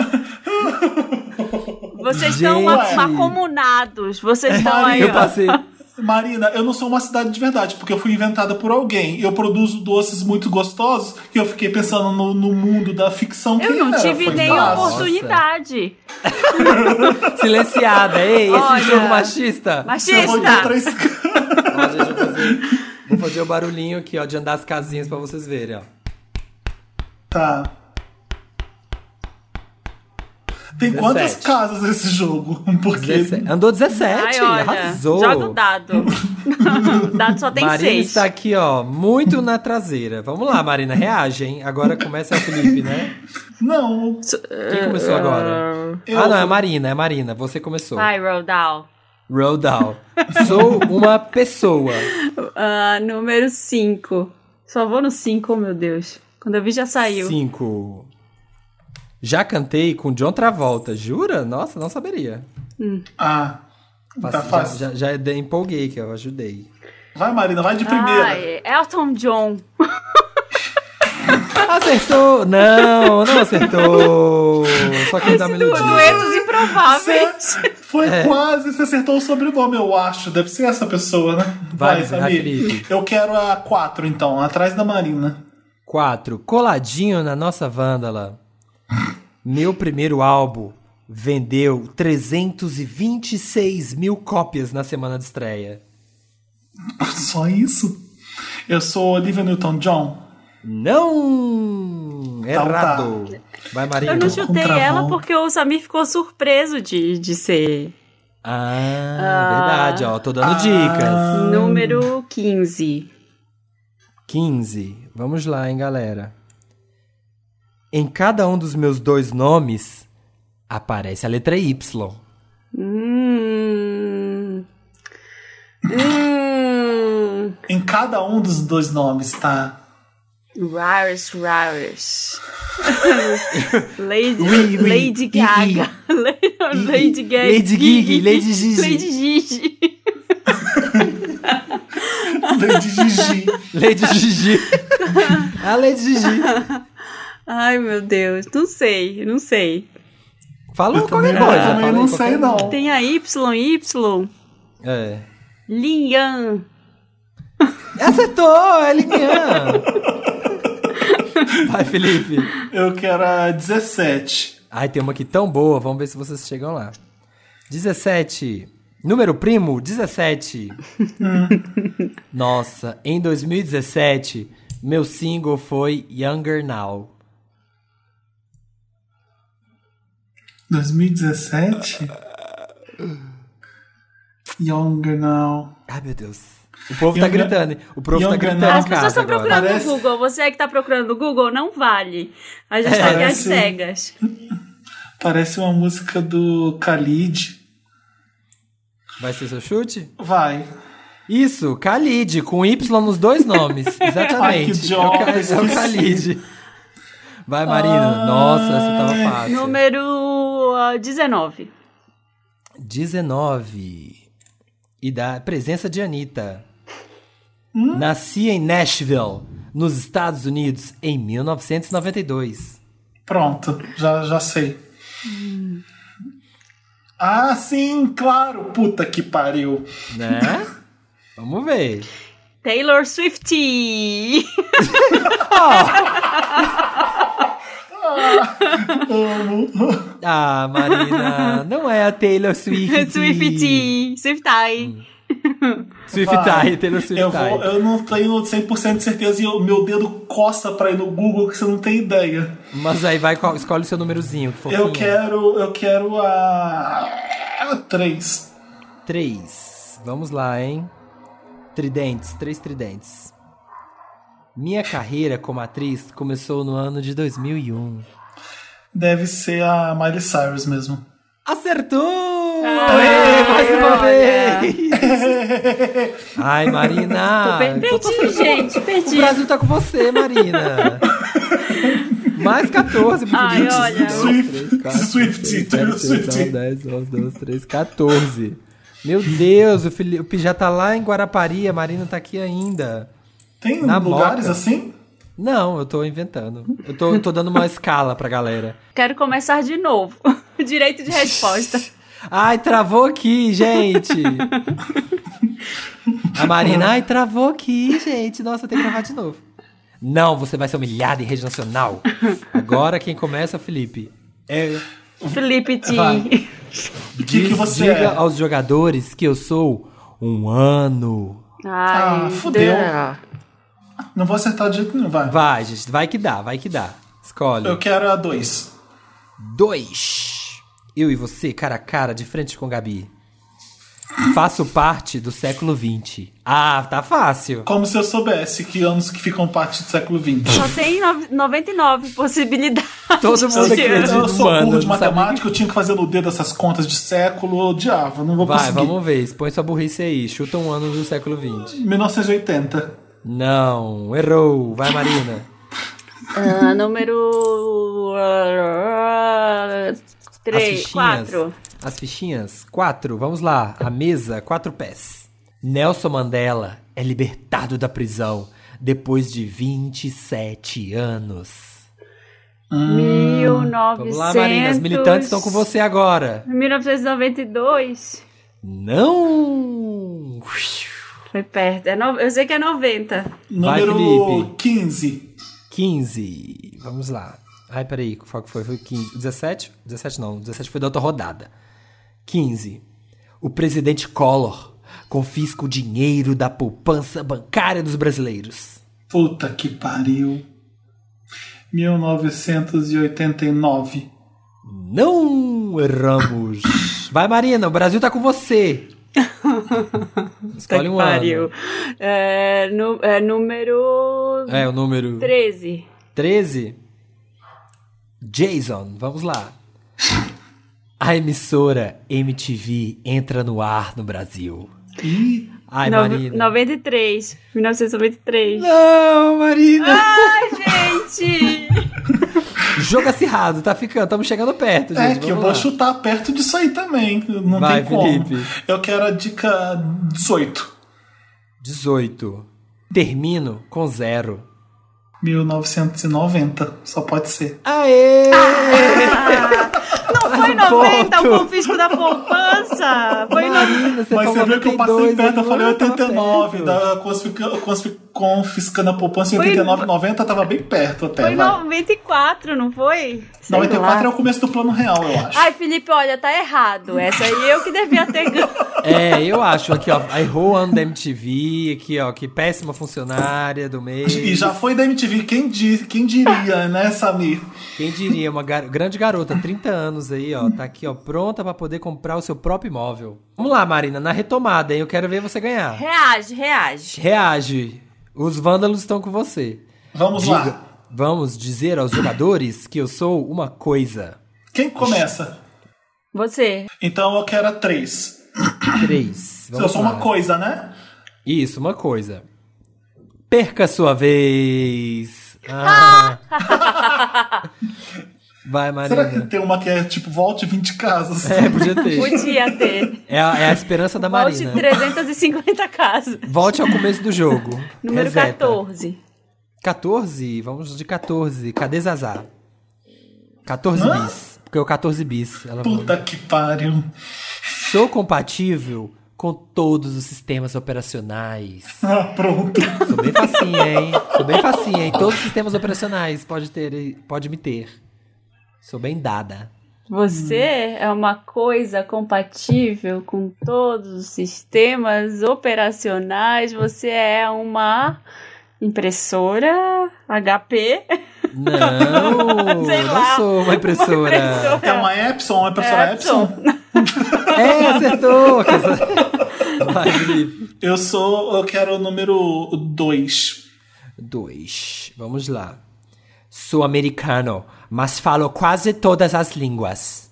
[SPEAKER 5] Vocês estão
[SPEAKER 3] Gente. É,
[SPEAKER 5] macomunados. Vocês estão aí,
[SPEAKER 3] Eu
[SPEAKER 5] ó.
[SPEAKER 3] passei.
[SPEAKER 2] Marina, eu não sou uma cidade de verdade, porque eu fui inventada por alguém. Eu produzo doces muito gostosos e eu fiquei pensando no, no mundo da ficção que
[SPEAKER 5] Eu não
[SPEAKER 2] era.
[SPEAKER 5] tive
[SPEAKER 2] Foi
[SPEAKER 5] nem
[SPEAKER 2] fácil.
[SPEAKER 5] oportunidade.
[SPEAKER 3] Silenciada. Ei, esse
[SPEAKER 5] Olha.
[SPEAKER 3] jogo machista.
[SPEAKER 2] Você rodou
[SPEAKER 5] Machista!
[SPEAKER 2] três casas.
[SPEAKER 3] Ó, gente, eu vou
[SPEAKER 5] <laughs>
[SPEAKER 3] fazer, vou fazer o barulhinho aqui, ó, de andar as casinhas pra vocês verem, ó.
[SPEAKER 2] Tá. Tem
[SPEAKER 3] 17.
[SPEAKER 2] quantas casas esse jogo? Um Porque.
[SPEAKER 3] 17. Andou 17,
[SPEAKER 5] Ai, olha.
[SPEAKER 3] arrasou.
[SPEAKER 5] Joga o
[SPEAKER 3] <laughs>
[SPEAKER 5] dado. O dado só tem
[SPEAKER 3] Marina
[SPEAKER 5] seis.
[SPEAKER 3] está aqui, ó, muito na traseira. Vamos lá, Marina, reage, hein? Agora começa o Felipe, né?
[SPEAKER 2] Não,
[SPEAKER 3] Quem começou agora?
[SPEAKER 2] Eu-
[SPEAKER 3] Ah, não, é Marina, é Marina. Você começou.
[SPEAKER 5] Vai, Rodal.
[SPEAKER 3] Rodal. Sou uma pessoa.
[SPEAKER 5] Ah, número 5. Só vou no 5, meu Deus. Quando eu vi, já saiu.
[SPEAKER 3] Cinco. Já cantei com John Travolta, jura? Nossa, não saberia.
[SPEAKER 2] Ah, tá
[SPEAKER 3] Faço-
[SPEAKER 2] fácil.
[SPEAKER 3] Já, já, já empolguei que eu ajudei.
[SPEAKER 2] Vai, Marina, vai de primeira.
[SPEAKER 5] Ai, Elton John.
[SPEAKER 3] Acertou! Não, não acertou! Só quem dá
[SPEAKER 5] Du-
[SPEAKER 3] melodia.
[SPEAKER 5] Duetos improváveis.
[SPEAKER 2] Foi
[SPEAKER 3] É.
[SPEAKER 2] quase, você acertou o sobrenome, eu acho. Deve ser essa pessoa, né?
[SPEAKER 3] Vai, vai,
[SPEAKER 2] Samir.
[SPEAKER 3] Felipe.
[SPEAKER 2] Eu quero a 4, então, atrás da Marina.
[SPEAKER 3] Quatro. Coladinho na nossa vândala. Meu primeiro álbum vendeu 326 mil cópias na semana de estreia.
[SPEAKER 2] Só isso? Eu sou Olivia Newton-John.
[SPEAKER 3] Não!
[SPEAKER 2] Então tá.
[SPEAKER 3] Errado! Vai, Marina.
[SPEAKER 5] Eu não chutei
[SPEAKER 2] Contravão.
[SPEAKER 5] ela porque o Samir ficou surpreso de, de ser.
[SPEAKER 3] Ah, verdade, ó. Tô dando
[SPEAKER 2] Ah.
[SPEAKER 3] dicas.
[SPEAKER 5] Número 15.
[SPEAKER 3] 15. Vamos lá, hein, galera. Em cada um dos meus dois nomes aparece a letra Y.
[SPEAKER 5] Hum. Hum.
[SPEAKER 2] Em cada um dos dois nomes, tá?
[SPEAKER 5] Rares, rares. <laughs> Lady,
[SPEAKER 3] Ui, ui,
[SPEAKER 5] Lady
[SPEAKER 3] i,
[SPEAKER 5] Gaga.
[SPEAKER 3] i.
[SPEAKER 5] Lady Gaga.
[SPEAKER 3] Lady Gigi, Lady Gigi.
[SPEAKER 5] Lady Gigi.
[SPEAKER 2] Lady Gigi.
[SPEAKER 3] Lady
[SPEAKER 2] <laughs>
[SPEAKER 3] Gigi. a Lady Gigi.
[SPEAKER 5] Ai, meu Deus. Não sei, não sei.
[SPEAKER 3] Fala
[SPEAKER 2] Eu também,
[SPEAKER 3] qualquer
[SPEAKER 2] eu
[SPEAKER 3] coisa.
[SPEAKER 2] também
[SPEAKER 3] fala
[SPEAKER 2] não
[SPEAKER 3] aí
[SPEAKER 2] sei,
[SPEAKER 3] qualquer-
[SPEAKER 2] não.
[SPEAKER 5] Tem a YY.
[SPEAKER 3] É.
[SPEAKER 5] Lian.
[SPEAKER 3] Acertou, é
[SPEAKER 2] <laughs>
[SPEAKER 3] Linhan. Vai, Felipe.
[SPEAKER 2] Eu quero a 17.
[SPEAKER 3] Ai, tem uma aqui tão boa, vamos ver se vocês chegam lá. 17. Número primo,
[SPEAKER 2] <laughs>
[SPEAKER 3] 17. Nossa, em 2017, meu single foi Younger Now.
[SPEAKER 2] 2017? Younger Now.
[SPEAKER 3] Ai, meu Deus. O povo tá
[SPEAKER 2] Younger-
[SPEAKER 3] gritando. hein? O povo tá
[SPEAKER 2] Younger
[SPEAKER 3] gritando.
[SPEAKER 2] Now.
[SPEAKER 3] em
[SPEAKER 5] As pessoas
[SPEAKER 3] casa
[SPEAKER 5] estão
[SPEAKER 3] agora.
[SPEAKER 5] procurando
[SPEAKER 2] Parece-
[SPEAKER 5] no Google. Você é que tá procurando no Google, não vale. A
[SPEAKER 3] É,
[SPEAKER 5] gente tá aqui às
[SPEAKER 2] Parece-
[SPEAKER 5] cegas.
[SPEAKER 2] Parece uma música do Khalid.
[SPEAKER 3] Vai ser seu chute?
[SPEAKER 2] Vai.
[SPEAKER 3] Isso, Khalid, com Y nos dois nomes.
[SPEAKER 2] <laughs> Ai, que
[SPEAKER 3] Exatamente.
[SPEAKER 2] idiota,
[SPEAKER 3] é, o, Ca- é o
[SPEAKER 2] esqueci.
[SPEAKER 3] Khalid. Vai, Marina. Nossa, essa tava fácil.
[SPEAKER 5] Número ah, 19.
[SPEAKER 3] 19. E da presença de Anitta. Nasci em Nashville, nos Estados Unidos, em 1992.
[SPEAKER 2] Pronto, já, já sei. Ah, sim, claro. Puta que pariu. <laughs>
[SPEAKER 3] Né? Vamos ver.
[SPEAKER 5] Taylor Swift.
[SPEAKER 3] <laughs> Ah, Marina, não é a Taylor Swift.
[SPEAKER 5] <laughs> Swift. Swiftie.
[SPEAKER 3] Swiftie, Taylor Swift.
[SPEAKER 2] Eu, vou, eu não tenho 100% de certeza e o meu dedo coça pra ir no Google que você não tem ideia.
[SPEAKER 3] Mas aí vai, qual- escolhe o seu númerozinho. que fofinho.
[SPEAKER 2] Eu quero, eu quero a 3.
[SPEAKER 3] Três. Vamos lá, hein? Tridentes, três tridentes. Minha carreira como atriz começou no ano de 2001.
[SPEAKER 2] Deve ser a Miley Cyrus mesmo.
[SPEAKER 3] Acertou!
[SPEAKER 5] Ah,
[SPEAKER 3] Aê, mais uma
[SPEAKER 5] olha.
[SPEAKER 3] vez! Ai, Marina!
[SPEAKER 5] Tô per-
[SPEAKER 3] tô- tô-
[SPEAKER 5] perdi, gente,
[SPEAKER 3] O
[SPEAKER 5] perdi.
[SPEAKER 3] Brasil tá com você,
[SPEAKER 2] <laughs>
[SPEAKER 3] Marina! Mais 14 pro
[SPEAKER 5] Ai,
[SPEAKER 3] Felipe.
[SPEAKER 5] olha.
[SPEAKER 2] Swift, Swift, Taylor Swift.
[SPEAKER 3] 10, 11, 12, 13, 14. Meu Deus, o Felipe já tá lá em Guarapari, a Marina tá aqui ainda.
[SPEAKER 2] Tem
[SPEAKER 3] Na
[SPEAKER 2] lugares
[SPEAKER 3] boca.
[SPEAKER 2] assim?
[SPEAKER 3] Não, eu tô inventando. Eu tô, eu tô dando uma escala pra galera.
[SPEAKER 5] Quero começar de novo. <laughs> Direito de resposta.
[SPEAKER 3] Ai, travou aqui,
[SPEAKER 2] <laughs>
[SPEAKER 3] gente. A Marina, ai, travou aqui, gente. Nossa, tem que gravar de novo. Não, você vai ser humilhada em rede nacional. Agora quem começa, Felipe. É,
[SPEAKER 5] Felipe T.
[SPEAKER 2] Vai. O que, que
[SPEAKER 3] diz-
[SPEAKER 2] você
[SPEAKER 3] diga
[SPEAKER 2] é?
[SPEAKER 3] aos jogadores que eu sou um ano.
[SPEAKER 5] Ai,
[SPEAKER 2] Ah, fudeu.
[SPEAKER 5] Deus.
[SPEAKER 2] Não vou acertar de jeito nenhum, vai.
[SPEAKER 3] Vai, gente, vai que dá, vai que dá. Escolhe.
[SPEAKER 2] Eu quero a 2.
[SPEAKER 3] Dois. Eu e você, cara a cara, de frente com Gabi. Faço parte do século XX. Ah, tá fácil.
[SPEAKER 2] Como se eu soubesse que anos que ficam parte do
[SPEAKER 3] <laughs>
[SPEAKER 2] século XX.
[SPEAKER 5] Só tem no- 99 possibilidades.
[SPEAKER 3] Todo
[SPEAKER 2] Eu,
[SPEAKER 3] mundo
[SPEAKER 2] sei que
[SPEAKER 5] Deus.
[SPEAKER 2] eu
[SPEAKER 3] acredita
[SPEAKER 2] sou burro de
[SPEAKER 3] humano. sabe?
[SPEAKER 2] matemática, eu tinha que fazer no dedo essas contas de século, eu odiava, não vou
[SPEAKER 3] Vai,
[SPEAKER 2] conseguir.
[SPEAKER 3] vamos ver. Expõe sua burrice aí. Chuta um ano do século XX.
[SPEAKER 2] 1980.
[SPEAKER 3] Não, errou. Vai, Marina.
[SPEAKER 5] Ah, número. ah, 3, 4.
[SPEAKER 3] As fichinhas. Quatro. Vamos lá. A mesa, quatro pés. Nelson Mandela é libertado da prisão depois de 27 anos.
[SPEAKER 5] 1900.
[SPEAKER 3] Vamos lá, Marina. As militantes estão com você agora.
[SPEAKER 5] 1992.
[SPEAKER 3] Não!
[SPEAKER 5] Foi perto. É no... Eu sei que é 90.
[SPEAKER 3] Vai,
[SPEAKER 2] Número
[SPEAKER 3] Felipe.
[SPEAKER 2] 15.
[SPEAKER 3] 15. Vamos lá. Ai, peraí. Qual que foi? Foi 15. 17? 17 não. 17 foi da outra rodada. 15. O presidente Collor confisca o dinheiro da poupança bancária dos brasileiros.
[SPEAKER 2] Puta que pariu. 1989.
[SPEAKER 3] Não erramos. Vai, Marina. O Brasil tá com você. Escolhe um ano.
[SPEAKER 5] É, nu- é, número.
[SPEAKER 3] É, o número...
[SPEAKER 5] 13.
[SPEAKER 3] 13. Jason, vamos lá. A emissora MTV entra no ar no Brasil.
[SPEAKER 2] Ih,
[SPEAKER 3] Ai,
[SPEAKER 5] No-
[SPEAKER 3] Marina.
[SPEAKER 5] 93. 1993.
[SPEAKER 3] Não, Marina!
[SPEAKER 5] Ai, gente!
[SPEAKER 3] Jogo acirrado, tá ficando, estamos chegando perto, gente.
[SPEAKER 2] é que eu
[SPEAKER 3] vamos
[SPEAKER 2] vou
[SPEAKER 3] lá.
[SPEAKER 2] chutar perto disso aí também. Não
[SPEAKER 3] Vai,
[SPEAKER 2] tem como.
[SPEAKER 3] Felipe.
[SPEAKER 2] Eu quero a dica 18.
[SPEAKER 3] 18. Termino com zero.
[SPEAKER 2] 1990. Só pode ser.
[SPEAKER 3] Aê!
[SPEAKER 5] <laughs> Não foi 90, o
[SPEAKER 3] um ponto.
[SPEAKER 5] confisco da poupança. Foi no...
[SPEAKER 3] Marina, você
[SPEAKER 2] Mas
[SPEAKER 3] falou
[SPEAKER 2] você viu que eu passei
[SPEAKER 3] 92,
[SPEAKER 2] perto, eu
[SPEAKER 3] né? não
[SPEAKER 2] falei
[SPEAKER 3] tava
[SPEAKER 2] 89,
[SPEAKER 3] perto.
[SPEAKER 2] da, confisca- confis- confiscando a poupança em
[SPEAKER 5] Foi-
[SPEAKER 2] 89, 90, tava bem perto até.
[SPEAKER 5] Foi
[SPEAKER 2] vai.
[SPEAKER 5] 94, não foi? Sei
[SPEAKER 2] 94
[SPEAKER 5] lá.
[SPEAKER 2] é o começo do plano real, eu acho.
[SPEAKER 5] Ai, Felipe, olha, tá errado. Essa aí eu que devia ter ganho.
[SPEAKER 3] É, eu acho aqui, ó. I Roan da MTV, aqui, ó. Que péssima funcionária do mês.
[SPEAKER 2] E já foi da MTV, quem, diz,
[SPEAKER 3] <laughs>
[SPEAKER 2] quem diria, né, Samir?
[SPEAKER 3] Quem diria, uma gar- grande garota, 30 anos aí, ó, tá aqui, ó, pronta pra poder comprar o seu próprio imóvel. Vamos lá, Marina, na retomada, hein? Eu quero ver você ganhar.
[SPEAKER 5] Reage, reage.
[SPEAKER 3] Reage. Os vândalos estão com você.
[SPEAKER 2] Vamos
[SPEAKER 3] Diga,
[SPEAKER 2] lá.
[SPEAKER 3] vamos dizer aos jogadores que eu sou uma coisa.
[SPEAKER 2] Quem começa?
[SPEAKER 5] Você.
[SPEAKER 2] Então eu quero a 3.
[SPEAKER 3] Três.
[SPEAKER 2] Eu
[SPEAKER 3] Vamos
[SPEAKER 2] sou
[SPEAKER 3] lá.
[SPEAKER 2] uma coisa, né?
[SPEAKER 3] Isso, uma coisa. Perca a sua vez.
[SPEAKER 2] <laughs>
[SPEAKER 3] Ah. Vai,
[SPEAKER 2] Será que
[SPEAKER 3] Marina.
[SPEAKER 2] tem uma que é tipo, volte 20 casas?
[SPEAKER 3] É, podia ter. <laughs>
[SPEAKER 5] Podia ter.
[SPEAKER 3] É a, é a esperança da
[SPEAKER 5] Volte
[SPEAKER 3] Marina.
[SPEAKER 5] 350 casas.
[SPEAKER 3] Volte ao começo do jogo.
[SPEAKER 5] Número
[SPEAKER 3] Reseta.
[SPEAKER 5] 14.
[SPEAKER 3] 14? Vamos de 14. Cadê Zazá? 14
[SPEAKER 2] Hã?
[SPEAKER 3] bis. Porque é o 14 bis. Ela falou.
[SPEAKER 2] Puta que pariu.
[SPEAKER 3] Sou compatível com todos os sistemas operacionais.
[SPEAKER 2] Ah, pronto.
[SPEAKER 3] Sou bem facinha, hein? Sou bem facinha, hein? Todos os sistemas operacionais pode, ter, pode me ter. Sou bem dada.
[SPEAKER 5] Você é uma coisa compatível com todos os sistemas operacionais. Você é uma impressora HP.
[SPEAKER 3] Não,
[SPEAKER 5] Sei
[SPEAKER 3] não
[SPEAKER 5] lá,
[SPEAKER 3] sou uma impressora.
[SPEAKER 5] Uma impressora.
[SPEAKER 2] <laughs> É uma Epson, uma impressora
[SPEAKER 5] É,
[SPEAKER 2] Epson.
[SPEAKER 3] É, acertou. Vai, Felipe.
[SPEAKER 2] Eu sou, eu quero o número 2.
[SPEAKER 3] Dois. Vamos lá. Sou americano, mas falo quase todas as línguas.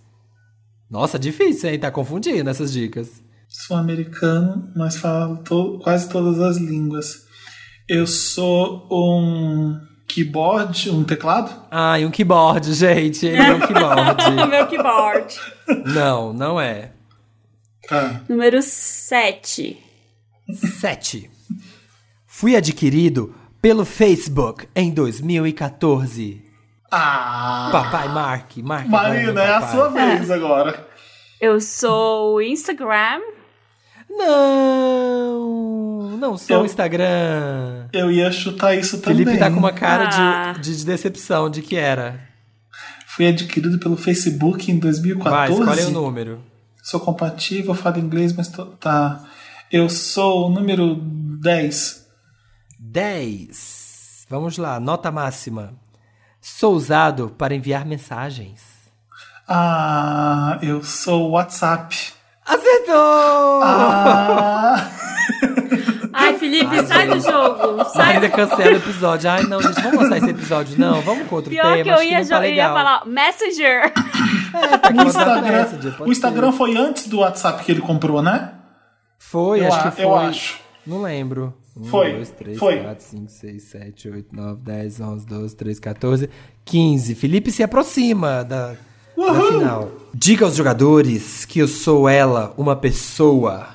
[SPEAKER 3] Nossa, difícil, hein? Tá confundindo essas dicas.
[SPEAKER 2] Sou americano, mas falo to- quase todas as línguas. Eu sou um keyboard, um teclado?
[SPEAKER 3] Ah, e um keyboard, gente. Ele é um
[SPEAKER 2] <laughs>
[SPEAKER 5] O
[SPEAKER 3] keyboard.
[SPEAKER 5] <laughs> meu keyboard.
[SPEAKER 3] Não, não é.
[SPEAKER 2] Tá.
[SPEAKER 5] Número 7.
[SPEAKER 3] 7. Fui adquirido pelo Facebook em 2014.
[SPEAKER 2] Ah!
[SPEAKER 3] Papai Mark, Mark.
[SPEAKER 2] Marina,
[SPEAKER 3] vai,
[SPEAKER 2] é a
[SPEAKER 3] papai.
[SPEAKER 2] sua vez agora.
[SPEAKER 5] Eu sou o Instagram.
[SPEAKER 3] Não! Não sou
[SPEAKER 2] Eu-
[SPEAKER 3] o Instagram.
[SPEAKER 2] Eu ia chutar isso também.
[SPEAKER 3] Felipe tá com uma cara
[SPEAKER 5] Ah.
[SPEAKER 3] de, de decepção de que era.
[SPEAKER 2] Fui adquirido pelo Facebook em
[SPEAKER 3] Vai,
[SPEAKER 2] 2014.
[SPEAKER 3] escolhe um o número.
[SPEAKER 2] Sou compatível, falo inglês, mas tô... tá. Eu sou o número 10.
[SPEAKER 3] 10. Vamos lá, nota máxima. Sou usado para enviar mensagens.
[SPEAKER 2] Ah, eu sou o WhatsApp.
[SPEAKER 3] Acertou!
[SPEAKER 2] Ah!
[SPEAKER 5] Ai, Felipe,
[SPEAKER 3] Ai,
[SPEAKER 5] sai do
[SPEAKER 3] gente.
[SPEAKER 5] jogo. Sai
[SPEAKER 3] Ainda cancela o episódio. Ai, não, gente, vamos lançar esse episódio, não. Vamos com outro
[SPEAKER 5] Pior
[SPEAKER 3] tema.
[SPEAKER 5] que eu
[SPEAKER 3] acho
[SPEAKER 5] ia,
[SPEAKER 3] não tá
[SPEAKER 5] jo- eu ia
[SPEAKER 3] legal.
[SPEAKER 5] falar Messenger.
[SPEAKER 3] É, tá aqui
[SPEAKER 2] o
[SPEAKER 3] mandando
[SPEAKER 2] Instagram,
[SPEAKER 3] message, pode
[SPEAKER 2] o Instagram
[SPEAKER 3] ser.
[SPEAKER 2] foi antes do WhatsApp que ele comprou, né?
[SPEAKER 3] foi,
[SPEAKER 2] eu
[SPEAKER 3] acho
[SPEAKER 2] a-
[SPEAKER 3] que foi.
[SPEAKER 2] eu acho.
[SPEAKER 3] Não lembro. Um,
[SPEAKER 2] Foi,
[SPEAKER 3] dois, três,
[SPEAKER 2] foi.
[SPEAKER 3] quatro, cinco, seis, sete, oito, nove, dez, onze, doze, treze, 14, 15. Felipe se aproxima da, da final. Diga aos jogadores que eu sou ela, uma pessoa.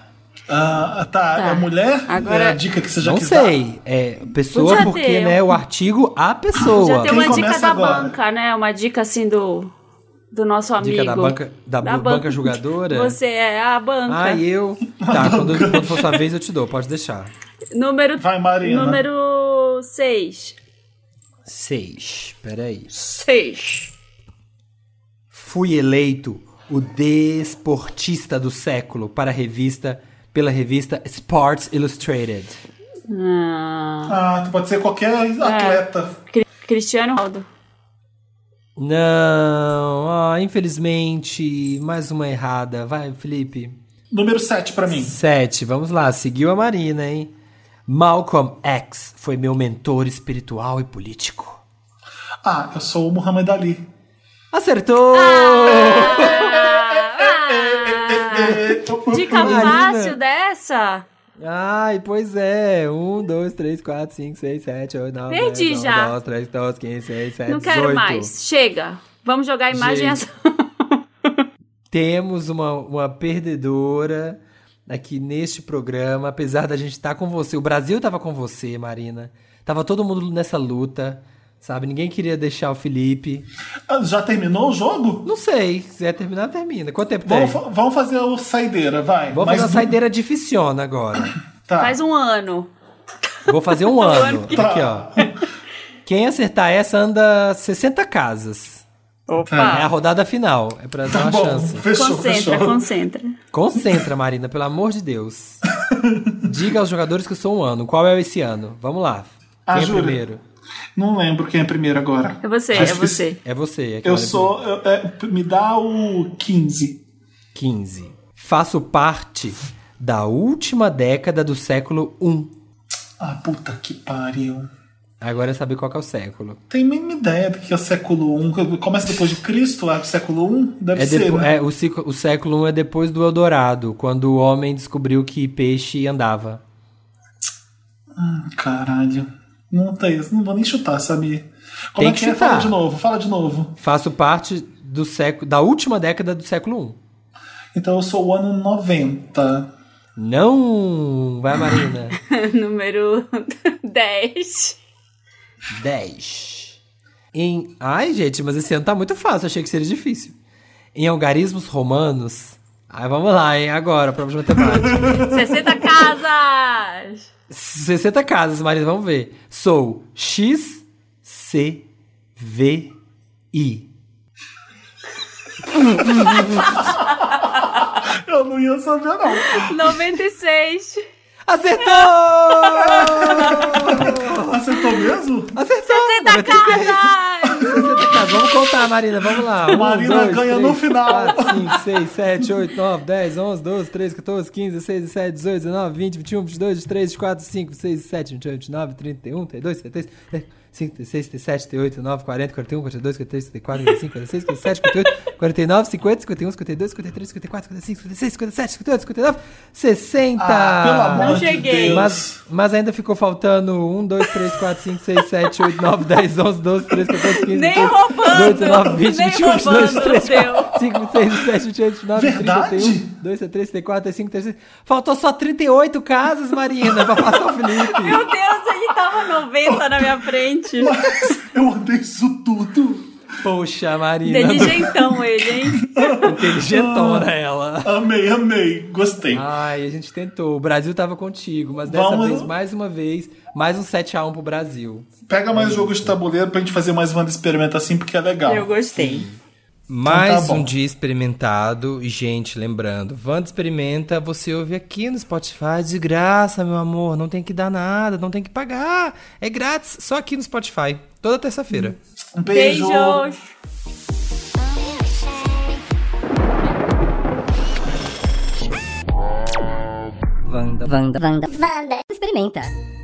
[SPEAKER 2] Ah, tá, é mulher?
[SPEAKER 5] Agora-
[SPEAKER 2] É a dica que você já
[SPEAKER 3] Não
[SPEAKER 2] quis
[SPEAKER 3] sei. É, pessoa
[SPEAKER 5] Já
[SPEAKER 3] porque,
[SPEAKER 5] deu.
[SPEAKER 3] né, o artigo a pessoa.
[SPEAKER 5] Já um tem
[SPEAKER 2] Quem
[SPEAKER 5] uma dica
[SPEAKER 2] começa
[SPEAKER 5] da
[SPEAKER 2] agora?
[SPEAKER 5] banca, né? Uma dica assim do, do nosso amigo.
[SPEAKER 3] Dica da banca, da,
[SPEAKER 5] Da
[SPEAKER 3] banca,
[SPEAKER 5] banca.
[SPEAKER 3] jogadora.
[SPEAKER 5] Você é a banca.
[SPEAKER 3] Ah, eu. Tá, quando, quando for sua vez eu te dou, pode deixar.
[SPEAKER 5] Número,
[SPEAKER 2] dar. Vai, Marina.
[SPEAKER 5] número 6.
[SPEAKER 3] Seis. Peraí.
[SPEAKER 5] 6.
[SPEAKER 3] Fui eleito o desportista do século para a revista pela revista Sports Illustrated.
[SPEAKER 2] Ah, tu pode ser qualquer
[SPEAKER 3] É.
[SPEAKER 2] atleta.
[SPEAKER 5] Cristiano
[SPEAKER 2] <laughs>
[SPEAKER 5] Ronaldo.
[SPEAKER 3] Não, ah, infelizmente, mais uma errada. Vai, Felipe.
[SPEAKER 2] Número 7 pra mim.
[SPEAKER 3] Sete, vamos lá, seguiu a Marina, hein? Malcolm X foi meu mentor espiritual e político.
[SPEAKER 2] Ah, eu sou o Muhammad Ali.
[SPEAKER 3] Acertou!
[SPEAKER 5] Ah! Dica
[SPEAKER 3] Marina.
[SPEAKER 5] fácil dessa?
[SPEAKER 3] Ai, pois é. Um, dois, três, quatro, cinco, seis, sete, oito, nove,
[SPEAKER 5] Perdi
[SPEAKER 3] dez,
[SPEAKER 5] já.
[SPEAKER 3] Um, dois, três, dois, quinze, seis, sete,
[SPEAKER 5] Não quero
[SPEAKER 3] É dezoito.
[SPEAKER 5] mais. Chega. Vamos jogar a imagem
[SPEAKER 3] Gente.
[SPEAKER 5] ação.
[SPEAKER 3] Temos uma, uma perdedora aqui neste programa, tá apesar da gente estar com você. O Brasil estava com você, Marina. Tava todo mundo nessa luta. Sabe? Ninguém queria deixar o Felipe.
[SPEAKER 2] Ah, Já terminou o jogo?
[SPEAKER 3] Não sei. Se quiser terminar, termina. Quanto tempo tem?
[SPEAKER 2] Vamos, fa- vamos fazer a saideira, vai.
[SPEAKER 3] Vou
[SPEAKER 2] Mas
[SPEAKER 3] fazer uma
[SPEAKER 2] du-
[SPEAKER 3] saideira dificiona agora.
[SPEAKER 2] Tá.
[SPEAKER 5] Faz um ano.
[SPEAKER 3] Vou fazer
[SPEAKER 5] <laughs>
[SPEAKER 3] um ano.
[SPEAKER 5] ano
[SPEAKER 3] Aqui, ó. Quem acertar essa anda 60 casas. É a
[SPEAKER 5] Opa!
[SPEAKER 3] rodada final. É pra dar
[SPEAKER 2] Ah. Tá
[SPEAKER 3] uma
[SPEAKER 2] bom,
[SPEAKER 3] chance.
[SPEAKER 2] fechou,
[SPEAKER 5] Concentra,
[SPEAKER 2] fechou.
[SPEAKER 5] concentra.
[SPEAKER 3] Concentra, Marina, pelo amor de Deus. Diga aos jogadores que eu sou um ano. Qual é esse ano? Vamos lá.
[SPEAKER 2] Ah,
[SPEAKER 3] Quem é
[SPEAKER 2] jura?
[SPEAKER 3] primeiro?
[SPEAKER 2] Não lembro quem é primeiro agora.
[SPEAKER 5] É você, é
[SPEAKER 2] Acho que
[SPEAKER 5] você.
[SPEAKER 3] É você. é que
[SPEAKER 2] Eu
[SPEAKER 3] olha pra
[SPEAKER 2] sou. eu- é, me dá o 15.
[SPEAKER 3] mim. 15. Faço parte da última década do século um. I.
[SPEAKER 2] Ah, puta que pariu.
[SPEAKER 3] Agora é saber qual que é o século.
[SPEAKER 2] Tem mesma ideia do que é o século I. Começa depois de Cristo, é o século I? Deve
[SPEAKER 3] É
[SPEAKER 2] ser.
[SPEAKER 3] depo-
[SPEAKER 2] né?
[SPEAKER 3] é, o, cico- o século I é depois do Eldorado, quando o homem descobriu que peixe andava.
[SPEAKER 2] Hum, Caralho. Não tem isso. Não vou nem chutar, sabe?
[SPEAKER 3] Tem
[SPEAKER 2] Como é
[SPEAKER 3] que
[SPEAKER 2] que é?
[SPEAKER 3] chutar.
[SPEAKER 2] Fala de novo, fala de novo.
[SPEAKER 3] Faço parte do século, da última década do século um. I.
[SPEAKER 2] Então eu sou o ano 90.
[SPEAKER 3] Não! Vai,
[SPEAKER 2] <laughs>
[SPEAKER 3] Marina.
[SPEAKER 5] <laughs> Número <laughs> 10.
[SPEAKER 3] 10. Em... Ai, gente, mas esse ano tá muito fácil, achei que seria difícil. Em algarismos romanos. Ai, vamos lá, hein? Agora, prova de matemática. <laughs>
[SPEAKER 5] 60 casas!
[SPEAKER 3] 60 casas, Marina, vamos ver. Sou X, C, V, I.
[SPEAKER 2] Eu não ia saber, não.
[SPEAKER 5] 96.
[SPEAKER 3] Acertou!
[SPEAKER 2] Acertou mesmo?
[SPEAKER 3] Acertou! é
[SPEAKER 5] 60 casas!
[SPEAKER 3] 60 casas. Vamos contar, Marina, vamos lá. Um,
[SPEAKER 2] Marina
[SPEAKER 3] dois,
[SPEAKER 2] ganha
[SPEAKER 3] três,
[SPEAKER 2] no final.
[SPEAKER 3] 4, 5, 6, 7, 8, 9, 10, 11, 12, 13, 14, 15, 16, 17, 18, 19, 20, 21, 22, 23, 24, 25, 26, 27, 28, 29, 31, 32, 33, 35, 36, 37, 38, 39, 40, 41, 42, 43, 44, 45, 46, 47, 48, 49, 50, 51, 52, 53, 54, 55, 56, 57, 58, 59, 60.
[SPEAKER 2] Ah, pelo amor
[SPEAKER 5] Não
[SPEAKER 2] de
[SPEAKER 5] cheguei.
[SPEAKER 2] Deus.
[SPEAKER 3] Mas, mas ainda ficou faltando 1, 2, 3, 4, 5, 6, 7, 8, 9, 10, 11, 12, 13, 14, 15,
[SPEAKER 5] Nem
[SPEAKER 3] 16,
[SPEAKER 5] roubando,
[SPEAKER 3] 18, 19, 20,
[SPEAKER 5] nem
[SPEAKER 3] 21, 22,
[SPEAKER 5] roubando,
[SPEAKER 3] 23,
[SPEAKER 5] deu.
[SPEAKER 3] 4, 5, 6, 7, 8, 9,
[SPEAKER 2] Verdade?
[SPEAKER 3] 31, 2, 3, 34, 35, 36. Faltou só 38 casas, Marina, pra passar o Felipe.
[SPEAKER 5] Meu Deus, ele tava 90 na minha frente.
[SPEAKER 2] <laughs> Eu odeio isso tudo.
[SPEAKER 3] Poxa, Marina.
[SPEAKER 5] Inteligentão ele, hein?
[SPEAKER 3] Inteligentona
[SPEAKER 2] Ah.
[SPEAKER 3] ela.
[SPEAKER 2] Amei, amei. Gostei.
[SPEAKER 3] Ai, a gente tentou. O Brasil tava contigo, mas dessa
[SPEAKER 2] Vamos-
[SPEAKER 3] vez, mais uma vez, mais um 7x1 pro Brasil.
[SPEAKER 2] Pega mais jogo de tabuleiro pra gente fazer mais uma experimenta assim, porque é legal.
[SPEAKER 5] Eu gostei.
[SPEAKER 2] Então
[SPEAKER 3] Mais
[SPEAKER 2] tá bom.
[SPEAKER 3] um dia experimentado. E, gente, lembrando, Wanda Experimenta, você ouve aqui no Spotify de graça, meu amor. Não tem que dar nada, não tem que pagar. É grátis, só aqui no Spotify, toda terça-feira.
[SPEAKER 2] Um beijo.
[SPEAKER 5] Beijos!
[SPEAKER 3] Wanda.
[SPEAKER 1] Vanda. Vanda. Vanda. Experimenta.